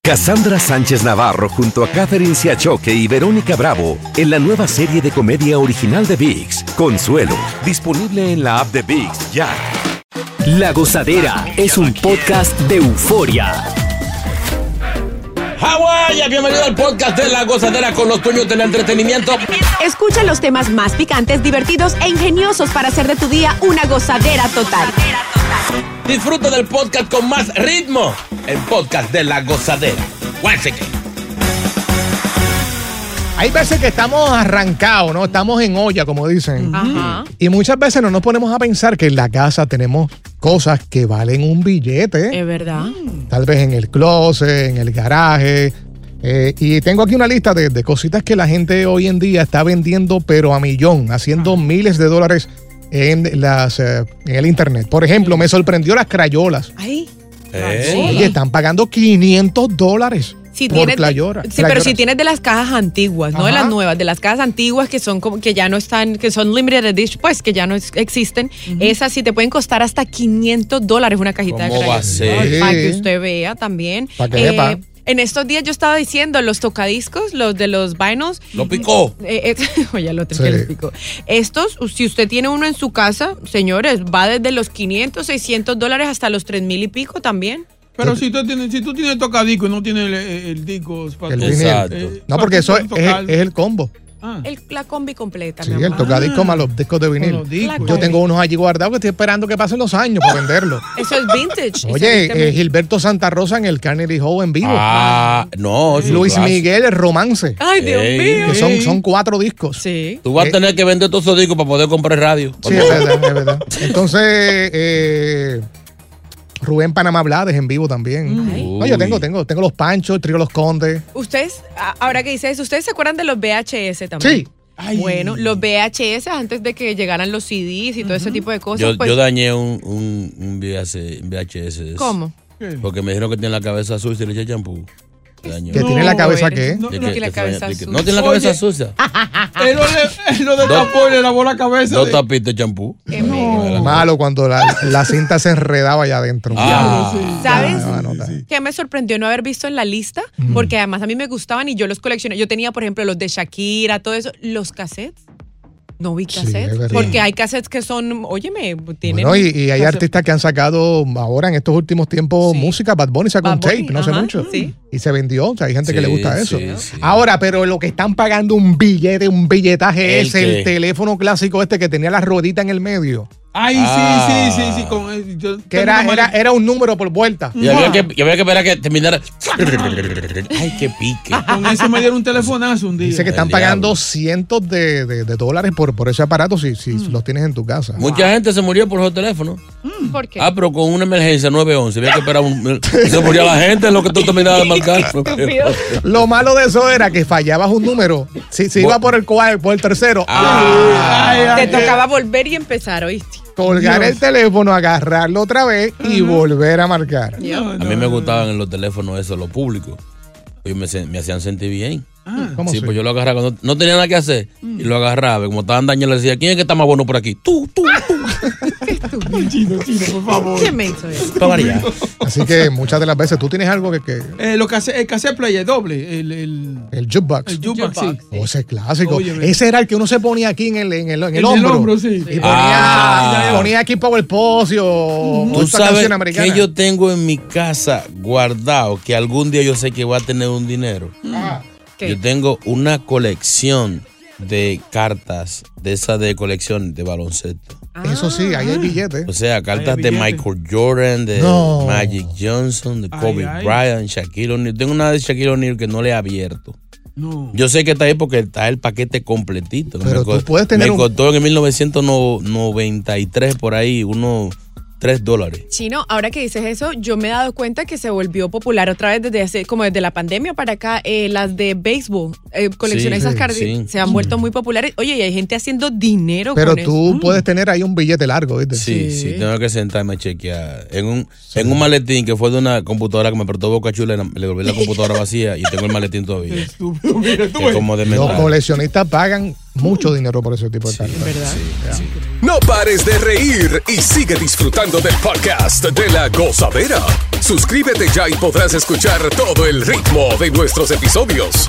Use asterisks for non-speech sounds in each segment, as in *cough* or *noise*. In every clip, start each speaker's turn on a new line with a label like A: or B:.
A: Cassandra Sánchez Navarro junto a Catherine Siachoque y Verónica Bravo en la nueva serie de comedia original de VIX, Consuelo, disponible en la app de VIX ya.
B: La Gozadera es un podcast de euforia.
C: Hawái, bienvenido al podcast de La Gozadera con los puños del entretenimiento.
D: Escucha los temas más picantes, divertidos e ingeniosos para hacer de tu día una gozadera total.
C: Disfruta del podcast con más ritmo. El podcast de La Gozadera. Guáchate.
E: Hay veces que estamos arrancados, ¿no? Estamos en olla, como dicen.
D: Ajá.
E: Y muchas veces no nos ponemos a pensar que en la casa tenemos cosas que valen un billete.
F: Eh.
D: Es verdad.
F: Mm.
E: Tal vez en el closet, en el garaje. Eh, y tengo aquí una lista de, de cositas que la gente hoy en día está vendiendo, pero a millón, haciendo miles de dólares en, las, eh, en el internet. Por ejemplo, me sorprendió las crayolas.
D: Ay.
C: ¿Eh?
E: Oye, están pagando 500 dólares
F: Si
E: por
F: tienes-
E: crayola-
F: Sí, pero si
E: crayolas.
F: tienes de las cajas antiguas, no de
E: Ajá.
F: las nuevas, de las cajas antiguas que son como que ya no están, que son limited edition, pues que ya no es- existen, esas sí te pueden costar hasta 500 dólares una cajita de
C: ¿Cómo va a
F: crayola.
C: ser?
E: Sí.
F: Para que usted vea también. Eh,
E: Pa' que sepa.
F: En estos días yo estaba diciendo los tocadiscos, los de los vinos.
C: Lo picó.
F: Eh, eh, *laughs* oye, el otro que
E: Sí.
F: les pico. Estos, si usted tiene uno en su casa, señores, va desde los 500, 600 dólares hasta los 3 mil y pico también.
G: Pero si tú tienes, si tú tienes el tocadisco y no tienes el, el disco para
E: El
G: tú-
E: vinil.
G: eh,
E: No,
G: para
E: porque
G: tú
E: eso es, es-
G: tocarlo.
E: es el combo.
G: Ah,
F: El- la combi completa.
E: Sí,
F: mi
E: el
F: amor.
E: tocadisco más los discos de vinil.
G: con los discos.
E: Yo tengo unos allí guardados que estoy esperando que pasen los años para venderlos.
F: Eso es vintage.
E: Oye, eh,
F: exactamente.
E: Gilberto Santa Rosa en el Carnegie Hall en vivo.
C: Ah, no. es un
E: Luis
C: clásico.
E: Miguel, el romance.
F: Ay, Dios
C: Ey.
E: Que
F: mío.
E: son, son cuatro discos. Sí,
F: Sí.
C: Tú vas a tener que vender todos esos discos para poder comprar radio. Porque-
E: es verdad, es verdad. Entonces, eh, Rubén Panamá Blades en vivo también. No, yo tengo, tengo, tengo los Panchos, el trío Los Condes.
F: Ustedes, a- ahora que dice eso, ¿ustedes se acuerdan de los VHS también?
E: Sí.
F: Bueno, los VHS antes de que llegaran los CDs y todo ese tipo de cosas.
C: Yo,
F: pues,
C: yo dañé un, un, un VHS, un VHS de eso.
F: ¿Cómo?
C: Porque me dijeron que tiene la cabeza sucia y le eché champú. Dañó.
E: Que tiene la cabeza
F: eres-
E: que.
G: no.
C: De
F: no
G: *laughs*
F: tiene la
C: que se daña-
F: cabeza
C: de que-
F: sucia. Ah,
C: No tiene la cabeza
G: Oye.
C: sucia.
G: Él no le- eh, él no destapó y le lavó la cabeza.
C: Dos
G: de-
C: tapitas de champú.
F: Qué feo.
E: Malo cuando la, la cinta se enredaba allá adentro.
C: Ah.
F: ¿Sabes?
E: Ah, no, no, no.
F: Que me sorprendió no haber visto en la lista, porque además a mí me gustaban y yo los coleccioné. Yo tenía, por ejemplo, los de Shakira, todo eso, los cassettes. No vi
E: Sí,
F: cassettes,
E: es verdad.
F: porque hay cassettes que son, óyeme, tienen...
E: Bueno, y, y hay
F: no sé,
E: artistas que han sacado ahora en estos últimos tiempos
F: Sí.
E: música. Bad Bunny sacó
F: Bad
E: un tape,
F: Bunny,
E: no sé
F: ajá,
E: mucho.
F: sí.
E: Y se vendió. O sea, hay gente que
C: Sí,
E: le gusta
C: sí,
E: eso.
C: sí.
E: Ahora, pero lo que están pagando un billete, un billetaje
C: ¿El
E: es el
C: qué?
E: teléfono clásico este que tenía la ruedita en el medio.
G: Ay,
C: Ah.
G: sí, sí, sí, sí. Con, eh, yo
E: Que
G: tengo
E: era,
G: una
E: era,
G: mala-
E: era un número por vuelta.
C: Y había que, y había que esperar que terminara. Ay, qué pique.
G: Con eso me dieron un telefonazo un día.
E: Dice que
C: El
E: están pagando
C: diablo.
E: cientos de, de- de dólares por, por ese aparato si, si
F: Mm.
E: los tienes en tu casa.
C: Mucha gente se murió por esos teléfonos.
F: ¿Por qué?
C: Ah, pero con una emergencia 911. Había que esperar un. Se murió la gente en lo que tú terminabas de marcar.
E: Lo malo de eso era que fallabas un número. Si, si iba por el cual, por el tercero,
C: Ah,
G: Ay, ay,
F: Te
G: ay.
F: tocaba volver y empezar, ¿oíste?
E: colgar el teléfono, agarrarlo otra vez y volver a marcar.
G: No,
C: A
G: no,
C: mí me
G: no.
C: gustaban en los teléfonos esos, los públicos. Y me, se- me hacían sentir bien.
G: Ah,
E: ¿Cómo
C: Sí,
E: así?
C: pues yo lo agarraba cuando no tenía nada que hacer. Y lo agarraba. Y Como estaban dañando, le decía: ¿Quién es que está más bueno por aquí? Tú, tú, tú.
G: chino, chino, por favor.
F: ¿Qué me hizo eso?
C: Para variar.
E: Así que muchas de las veces tú tienes algo que. que-
G: Eh, lo que hace, el cassette player doble, el, el,
E: el jukebox.
G: el jukebox, sí.
E: Oh, ese es clásico.
G: Óyeme.
E: Ese era el que uno se ponía aquí en el, en el, en el
G: En el
E: hombro.
G: hombro, sí.
E: Y ponía,
C: Ah.
E: ponía aquí Power Pose o
C: Tú
E: esta
C: sabes
E: canción americana.
C: que yo tengo en mi casa guardado que algún día yo sé que voy a tener un dinero.
E: Mm. Ah.
F: ¿Qué?
C: Yo tengo una colección de cartas de esas de colección de baloncesto.
E: Eso sí, ahí hay billetes.
C: O sea, cartas
G: Ay,
C: de
G: billete.
C: Michael Jordan, de
E: No.
C: Magic Johnson, de
G: Ay,
C: Kobe
G: ay.
C: Bryant, Shaquille O'Neal. Tengo una de Shaquille O'Neal que no le he abierto.
G: No.
C: Yo sé que está ahí porque está el paquete completito.
E: Pero tú
C: co-
E: puedes tener
C: me
E: un-
C: costó en 1993 por ahí uno Tres dólares.
F: Chino, ahora que dices eso, yo me he dado cuenta que se volvió popular otra vez desde hace, como desde la pandemia para acá, eh, las de béisbol. Eh, colecciones
C: Sí,
F: esas cartas
C: sí.
F: se han vuelto muy populares. Oye, y hay gente haciendo dinero
E: Pero
F: con
E: tú
F: eso.
E: puedes tener ahí un billete largo, ¿viste?
C: Sí,
F: Sí.
C: sí, tengo que sentarme a chequear. En un, en un maletín que fue de una computadora que me prestó Boca Chula, le devolví la computadora vacía y tengo el maletín todavía.
G: Estúpido, mira, tú
C: Que es
G: ves.
C: como de
E: Los
C: metal.
E: coleccionistas pagan mucho dinero por ese tipo de cartas.
A: No pares de reír y sigue disfrutando del podcast de la gozadera. Suscríbete ya y podrás escuchar todo el ritmo de nuestros episodios.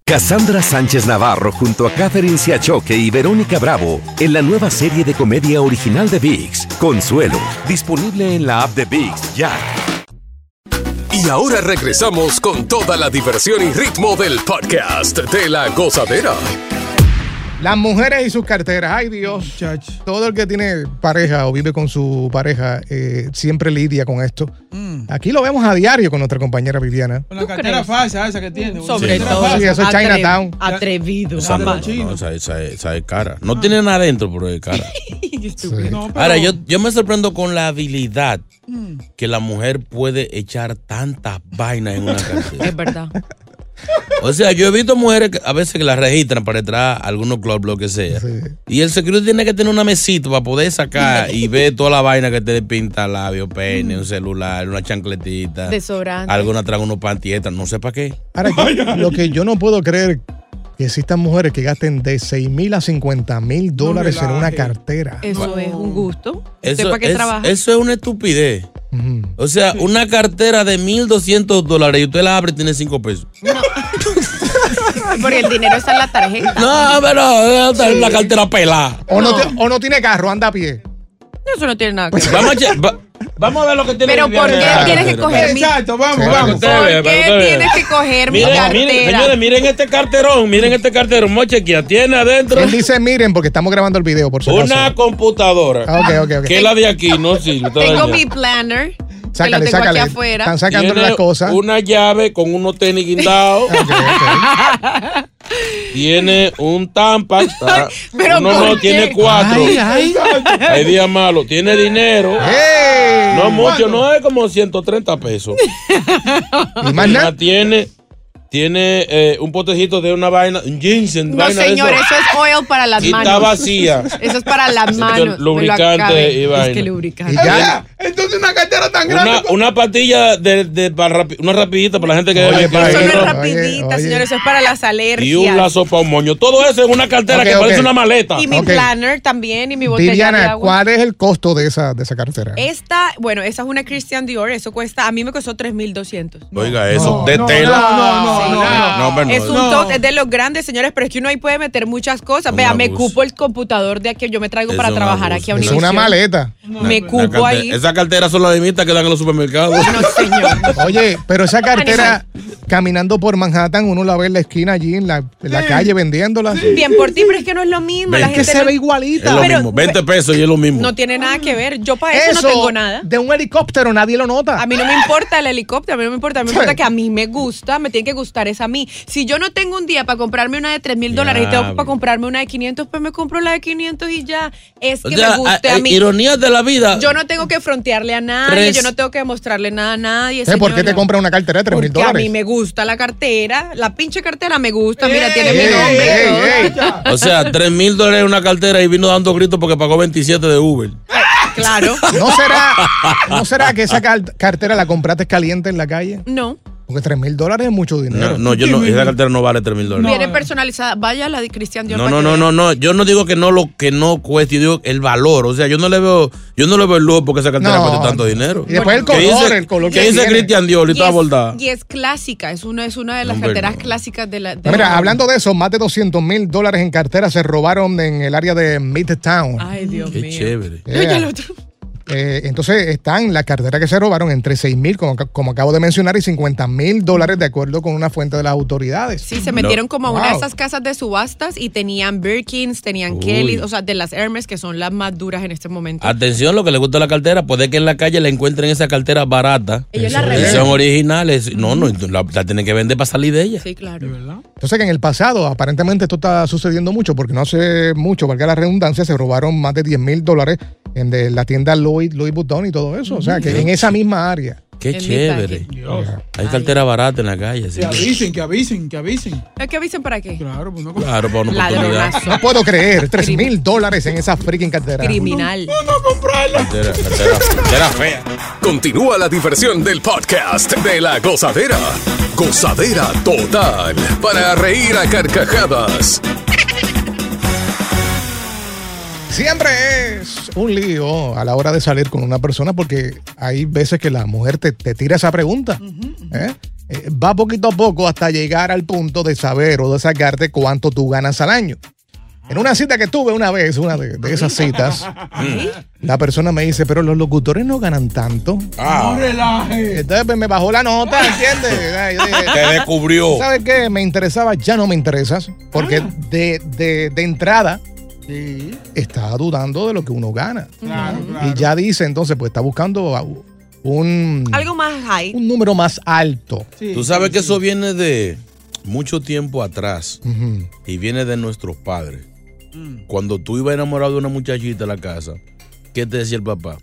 A: Cassandra Sánchez Navarro junto a Catherine Siachoque y Verónica Bravo en la nueva serie de comedia original de VIX, Consuelo, disponible en la app de VIX ya. Y ahora regresamos con toda la diversión y ritmo del podcast de la gozadera.
E: Las mujeres y sus carteras, ay Dios.
G: Muchacho.
E: Todo el que tiene pareja o vive con su pareja eh, siempre lidia con esto.
G: Mm.
E: Aquí lo vemos a diario con nuestra compañera Viviana.
G: Con la cartera falsa esa que tiene. boludo.
F: Sobre
G: La
F: todo.
G: falsa.
E: Sí, eso es
F: atre-
E: Chinatown.
F: Atrevido.
G: Esa
F: mamá.
G: noche.
C: No, esa, esa- esa es cara. No tiene nada adentro, pero es cara.
G: No, pero-
C: Ahora, yo, yo me sorprendo con la habilidad que la mujer puede echar tantas vainas en una cartera.
F: Es verdad.
C: O sea, yo he visto mujeres que a veces que las registran para entrar a algunos clubs, lo que sea. Y el security tiene que tener una mesita para poder sacar y ver toda la vaina que te pinta labio, peine, un celular, una chancletita.
F: Desodorante.
C: Alguna traga unos pantietas, no sé para qué.
E: Ahora, yo- lo que yo no puedo creer que existan mujeres que gasten de 6 mil a 50 mil dólares en una
G: relaje.
E: cartera.
F: Eso es un gusto. Usted
C: Eso,
F: para qué
C: es,
F: trabaja.
C: eso es una estupidez.
E: Ujú.
C: O sea, una cartera de 1.200 dólares y usted la abre y tiene 5 pesos.
F: Porque el dinero está en la tarjeta.
C: *laughs* No, pero eh, la cartera pelada.
E: O, no. ti- o no tiene carro, anda a pie.
F: Eso no tiene nada que ver.
C: Vamos a, che- va- vamos a ver lo que tiene
F: Pero
C: Viviana
F: ¿por
C: en
F: qué
C: la
F: tienes que
C: cartera.
F: coger mi
G: Exacto, vamos,
E: Sí,
G: vamos.
C: usted vea,
F: ¿Por
C: para
F: qué
C: que usted vea.
F: tienes que coger mi
C: Miren, miren,
F: cartera?
C: señores, miren este carterón, miren este carterón, moche que tiene adentro
E: Él dice, miren, porque estamos grabando el video, por supuesto.
C: una computadora.
E: Ok, ok, Ah, ok.
C: Que la de aquí no sirve. está
F: Tengo
C: dañada.
F: mi planner.
E: Sácale,
F: que lo tengo
E: sácale.
F: aquí afuera.
E: Están sacándole
C: Tiene
E: las cosas.
C: Una llave con unos tenis guindados.
E: *laughs*
C: Tiene un tampa.
F: *laughs* Pero
C: no,
F: ¿por
C: no,
F: qué?
C: tiene cuatro.
E: Ay, Eh, ay.
C: Hay días malos. Tiene dinero.
E: ¡Ey!
C: No mucho, no es como 130 pesos.
E: Y más
C: Ya
E: nada.
C: tiene tiene eh, un potecito de una vaina, un ginseng,
F: No,
C: vaina de
F: señor,
C: eso.
F: eso es oil para las
C: Y
F: manos.
C: está
F: *laughs*
C: vacía.
F: Eso es para
C: *laughs*
F: las manos.
C: lubricante
F: Me lo acabé.
C: y
F: Es
C: vaina.
F: que
E: Y
F: *laughs* lubricante.
E: ya.
G: Entonces una cartera tan
C: Una,
G: grande. como-
C: una pastilla de, de- para rapi- una rapidita para la gente que bebe
E: Ay,
F: Eso no
E: oye,
F: es
E: oye,
F: rapidita,
E: oye.
F: señor. Eso es para las alergias.
C: y un lazo para un moño. Todo eso en una cartera
E: Ok,
C: que
E: ok.
C: parece una maleta.
F: Y mi
E: Ok.
F: planner también y mi botella de
E: Viviana,
F: agua. Eh,
E: ¿cuál es el costo de esa, de esa cartera?
F: Esta, bueno, esa es una Christian Dior. Eso cuesta, a mí me costó 3,200.
C: Oiga,
E: eso, de
G: no, No, no, no, no.
F: Es un
G: No.
F: tot, es de los grandes, señores, pero es que uno ahí puede meter muchas cosas.
C: Un
F: Vea, me
C: abuso.
F: cupo el computador de aquí, yo me traigo
C: Es
F: para
C: un
F: trabajar
C: abuso.
F: aquí a
E: Es
F: Univision.
E: una
F: *laughs*
E: maleta.
F: Me cupo ahí.
C: Esa cartera son las mismas que dan en los supermercados. *laughs*
F: No, señor.
E: Oye, pero esa cartera, caminando por Manhattan, uno la ve en la esquina allí, en la, en la calle, vendiéndola.
F: Bien por ti, pero es que no es lo mismo.
C: Ven.
F: La
C: Es
F: gente
C: que
F: no,
C: es
E: igualita.
C: lo
F: Pero-
C: mismo. 20 pesos y es lo mismo.
F: no tiene nada que ver. Yo para eso, no tengo nada.
E: de un helicóptero, nadie lo nota.
F: A mí no me importa el helicóptero, a mí no me importa, a mí me importa que a mí me gusta, me tiene que gustar es a mí. Si yo no tengo un día para comprarme una de 3 mil dólares y tengo
C: Diablo.
F: para comprarme una de 500, pues me compro la de 500 y ya. Es que
C: O sea, eh,
F: me guste a,
C: hay- hay
F: mí.
C: ironías de la vida.
F: Yo no tengo que frontearle a nadie,
C: Tres.
F: yo no tengo que demostrarle nada a nadie.
E: ¿Eh? ¿Por qué
F: señora?
E: te compras una cartera de 3 mil
F: Porque a mí
E: dólares?
F: me gusta la cartera, la pinche cartera me gusta,
C: Eh,
F: mira, tiene
E: ey,
F: mi nombre.
E: ey,
F: todo.
E: ey.
C: O
F: *laughs*
C: sea, 3 mil dólares en una cartera y vino dando gritos porque pagó 27 de Uber.
F: Claro.
C: *laughs*
E: ¿No será, ¿No será que esa car- cartera la compraste caliente en la calle?
F: No.
E: Porque 3 mil dólares es mucho dinero.
C: No, no, yo no, esa cartera no vale 3 mil dólares.
F: Viene personalizada. Vaya la de Cristian Dior.
C: No, no,
F: para que
C: no,
F: vea.
C: no, no. Yo no digo que no lo que no cueste, yo digo el valor. O sea, yo no le veo, yo no le veo el lujo porque esa cartera
E: No.
C: cueste tanto dinero.
E: Y después el
C: ¿Qué
E: color,
C: dice-
E: el color
C: ¿Qué
E: que
C: dice
E: tiene.
C: Cristian Dior y
F: Y
C: toda bordada?
F: es, y es clásica, es una, es una de las
C: Hombre,
F: carteras
C: no.
F: clásicas de la. de
E: No, mira,
F: la-
E: hablando de eso, más de 200 mil dólares en cartera se robaron en el área de Midtown.
F: Ay, Dios
C: Qué
F: mío.
C: chévere.
F: No, Ah, ya
E: Yeah.
F: el otro.
E: Eh, entonces están las carteras que se robaron entre 6 mil, como, como acabo de mencionar, y 50 mil dólares de acuerdo con una fuente de las autoridades.
F: Sí, se metieron como a una de
E: Wow.
F: esas casas de subastas y tenían Birkins, tenían
C: Uy. Ah.
F: Kellys, o sea, de las Hermes, que son las más duras en este momento.
C: Atención, lo que le gusta la cartera, puede que en la calle le encuentren esa cartera barata.
F: Ellos la
C: Y
F: revenden.
C: son originales. No, no, la, la tienen que vender para salir de ella.
F: Sí, claro.
E: Entonces que en el pasado, aparentemente esto está sucediendo mucho, porque no hace mucho, valga la redundancia, se robaron más de 10 mil dólares en de la tienda Louis, Louis Vuitton y todo eso. O sea, que en esa misma área.
C: Qué
F: En mi
C: chévere.
G: Dios.
C: Hay cartera barata en la calle. sí.
G: Que avisen, que avisen, que avisen.
F: ¿Es que avisen para Eh, qué?
G: Claro, pues no.
C: Claro, para una oportunidad.
F: Ladronazo.
E: No puedo creer, 3 mil dólares en esa freaking cartera.
F: Criminal.
C: Cartera, cartera, cartera fea.
A: Continúa la diversión del podcast de la gozadera. Gozadera total para reír a carcajadas.
E: Siempre es un lío a la hora de salir con una persona porque hay veces que la mujer te, te tira esa pregunta. ¿eh? Eh, Va poquito a poco hasta llegar al punto de saber o de sacarte cuánto tú ganas al año. En una cita que tuve una vez, una de, de esas citas, la persona me dice, pero los locutores no ganan tanto.
G: No relaje.
E: Entonces pues, me bajó la nota, ¿entiendes? Ay, yo dije,
C: Te descubrió.
E: ¿Sabes qué? Me interesaba, ya no me interesas, porque de, de- de entrada
G: Sí,
E: está dudando de lo que uno gana.
G: claro,
E: Y
G: claro.
E: ya dice, entonces, pues está buscando a u- un,
F: Algo más high.
E: un número más alto.
G: Sí,
C: Tú sabes
G: sí,
C: que
G: sí.
C: eso viene de mucho tiempo atrás
E: Ujú.
C: y viene de nuestros padres.
F: Mm.
C: Cuando tú ibas enamorado de una muchachita en la casa, ¿qué te decía el papá?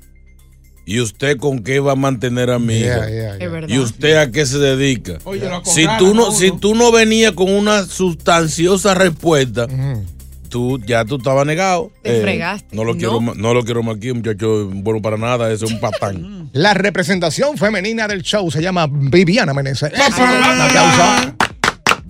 C: ¿Y usted con qué va a mantener a mi hija?
E: Yeah, yeah, yeah.
F: Es verdad.
C: ¿Y usted a qué se dedica?
G: Oye, lo
C: Si
G: acorralan
C: tú,
G: a
C: no,
G: uno.
C: si tú no venías con una sustanciosa respuesta,
E: Ujú.
C: tú ya tú estabas negado. Eh,
F: Te fregaste.
C: No lo,
F: No.
C: Quiero, ma- no lo quiero más aquí, muchacho. Bueno, para nada, ese es un patán.
F: *laughs*
E: La representación femenina del show se llama Viviana Menezes. Un aplauso.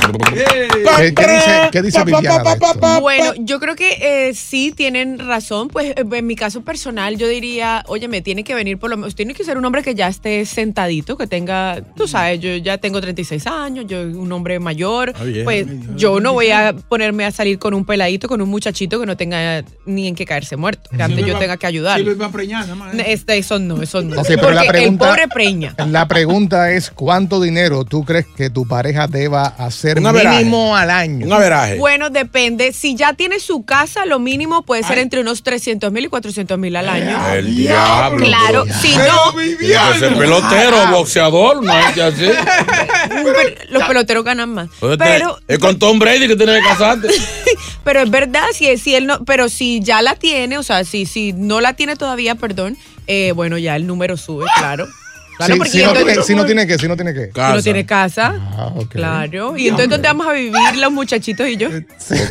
E: ¿Qué, qué dice, qué dice Viviana? de esto?
F: *laughs* Bueno,
C: Pues-
F: yo creo que eh, sí tienen razón. Pues eh, en mi caso personal, yo diría, oye, me tiene que venir por lo menos, tiene que ser un hombre que ya esté sentadito, que tenga, tú sabes, yo ya tengo 36 años, yo un hombre mayor,
C: Ah, bien.
F: pues yo no voy a ponerme a salir con un peladito, con un muchachito que no tenga ni en qué caerse muerto, que antes
G: Sirve
F: yo
G: pa-
F: tenga que ayudar.
G: sirve pa' preñar, nada más.
F: Este, eso no, eso no.
E: Ok, pero la
F: Porque
E: pregunta-
F: el
E: *laughs*
F: pobre preña.
E: La pregunta es, ¿cuánto dinero tú crees que tu pareja deba hacer
C: Un averaje.
E: mínimo al año?
C: Un averaje.
F: Mm. Bueno, depende. Si ya tiene su casa, lo mínimo puede ser entre unos 300 mil y 400 mil al año.
C: El diablo.
F: Claro,
C: bro.
F: si
G: Pero
F: no,
C: Tiene que ser
G: Viviana.
C: pelotero, boxeador, no es que así.
F: *laughs* pero los peloteros ganan más.
C: Oye,
F: Pero,
C: te- es con Tom Brady que tienes que
F: *laughs*
C: casarte.
F: pero es verdad, si, es- si él no, pero si ya la tiene, o sea, si, si no la tiene todavía, perdón, eh, bueno, ya el número sube, claro. Claro,
E: Sí,
F: porque
E: si, no
F: entonces-
E: tiene, si no tiene que, si no tiene que.
F: si no
C: Casa.
F: tiene casa,
E: Ah, ok.
F: claro. Y entonces, ¿dónde vamos a vivir los muchachitos y yo?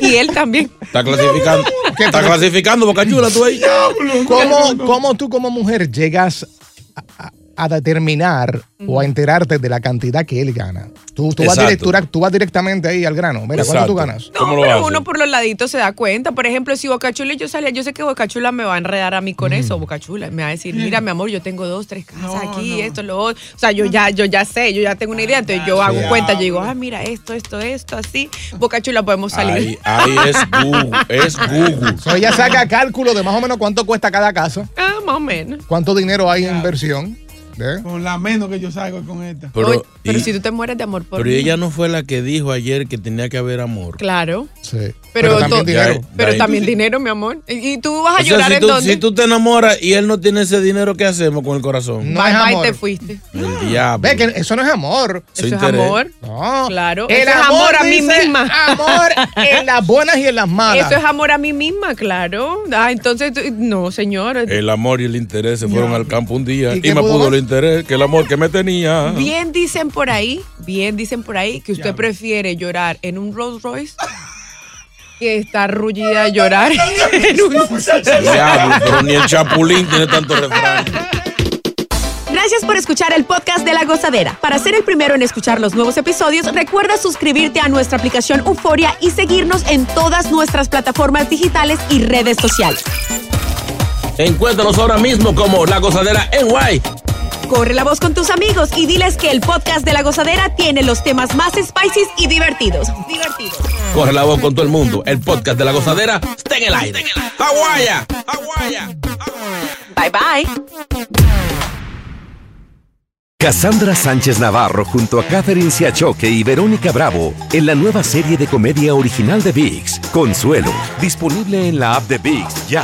F: Y él también.
C: Está clasificando. Está clasificando, Boca Chula, tú ahí.
E: ¿Cómo, cómo tú como mujer llegas a, a- a determinar o a enterarte de la cantidad que él gana? Tú, tú, vas,
C: Exacto.
E: directura- tú vas directamente ahí al grano. Mira, ¿cuánto
C: Exacto.
E: tú ganas?
F: No,
C: ¿Cómo lo
F: pero
C: haces?
F: uno por los laditos se da cuenta. Por ejemplo, si Bocachula y yo salía, yo sé que Bocachula me va a enredar a mí con
C: Mm.
F: eso. Bocachula me va a decir, mira, mi amor, yo tengo dos, tres casas
G: No,
F: aquí,
G: no.
F: esto, lo otro. O sea, yo ya, yo ya sé, yo ya tengo una idea. Entonces yo hago cuenta, yo digo, ah, mira, esto, esto, esto, así. Bocachula podemos
C: Ahí,
F: salir.
C: ahí es Google.
F: *laughs*
C: Es Google.
E: So, ella saca cálculo de más o menos cuánto cuesta cada casa,
F: Ah, más o menos.
E: cuánto dinero hay en inversión. ¿eh?
G: Con la menos que yo salgo con esta.
C: Pero,
F: Oye, pero
C: y-
F: si tú te mueres de amor por
C: pero
F: mí.
C: ella no fue la que dijo ayer que tenía que haber amor.
F: Claro.
E: Sí.
F: Pero,
E: también
F: to-
E: dinero.
C: Ya,
F: pero
C: ya,
F: también
C: y-
F: dinero, mi amor. Y, y tú vas a
C: O sea,
F: llorar
C: si,
F: en
C: tú,
F: donde.
C: si tú te enamoras y él no tiene ese dinero, ¿qué hacemos con el corazón?
E: No
F: bye,
E: es
F: bye,
E: amor.
F: te fuiste.
C: El diablo.
E: Ve que eso no es amor.
C: Soy
F: Eso es
C: interés.
F: amor.
E: No.
F: Claro, eso es amor a mí
E: dice
F: misma.
E: Amor en las buenas y en
F: *laughs*
E: las malas.
F: Eso es amor a mí misma, claro. Ah, entonces, tú- no, señor.
C: El amor y el interés se fueron al campo un día
E: ¿Y
C: y,
E: qué
C: me
E: pudo
C: pudo
E: más?
C: el interés que el amor que me tenía.
F: *laughs* Bien dicen por ahí, bien dicen por ahí que usted prefiere llorar en un Rolls Royce que estar rullida a llorar *laughs* en un... *laughs*
C: Diablo, pero ni el chapulín tiene tanto refrán.
D: Gracias Gracias por escuchar el podcast de La Gozadera. Para ser el primero en escuchar los nuevos episodios, recuerda suscribirte a nuestra aplicación Euforia y seguirnos en todas nuestras plataformas digitales y redes sociales.
C: Encuéntranos ahora mismo como La Gozadera en Guay.
D: Corre la voz con tus amigos y diles que el podcast de La Gozadera tiene los temas más spicy y divertidos. Divertidos.
C: Corre la voz con todo el mundo. El podcast de La Gozadera está en el aire. ¡Aguaya! ¡Aguaya!
D: Bye bye.
A: Cassandra Sánchez Navarro junto a Catherine Siachoque y Verónica Bravo en la nueva serie de comedia original de VIX, Consuelo, disponible en la app de VIX ya.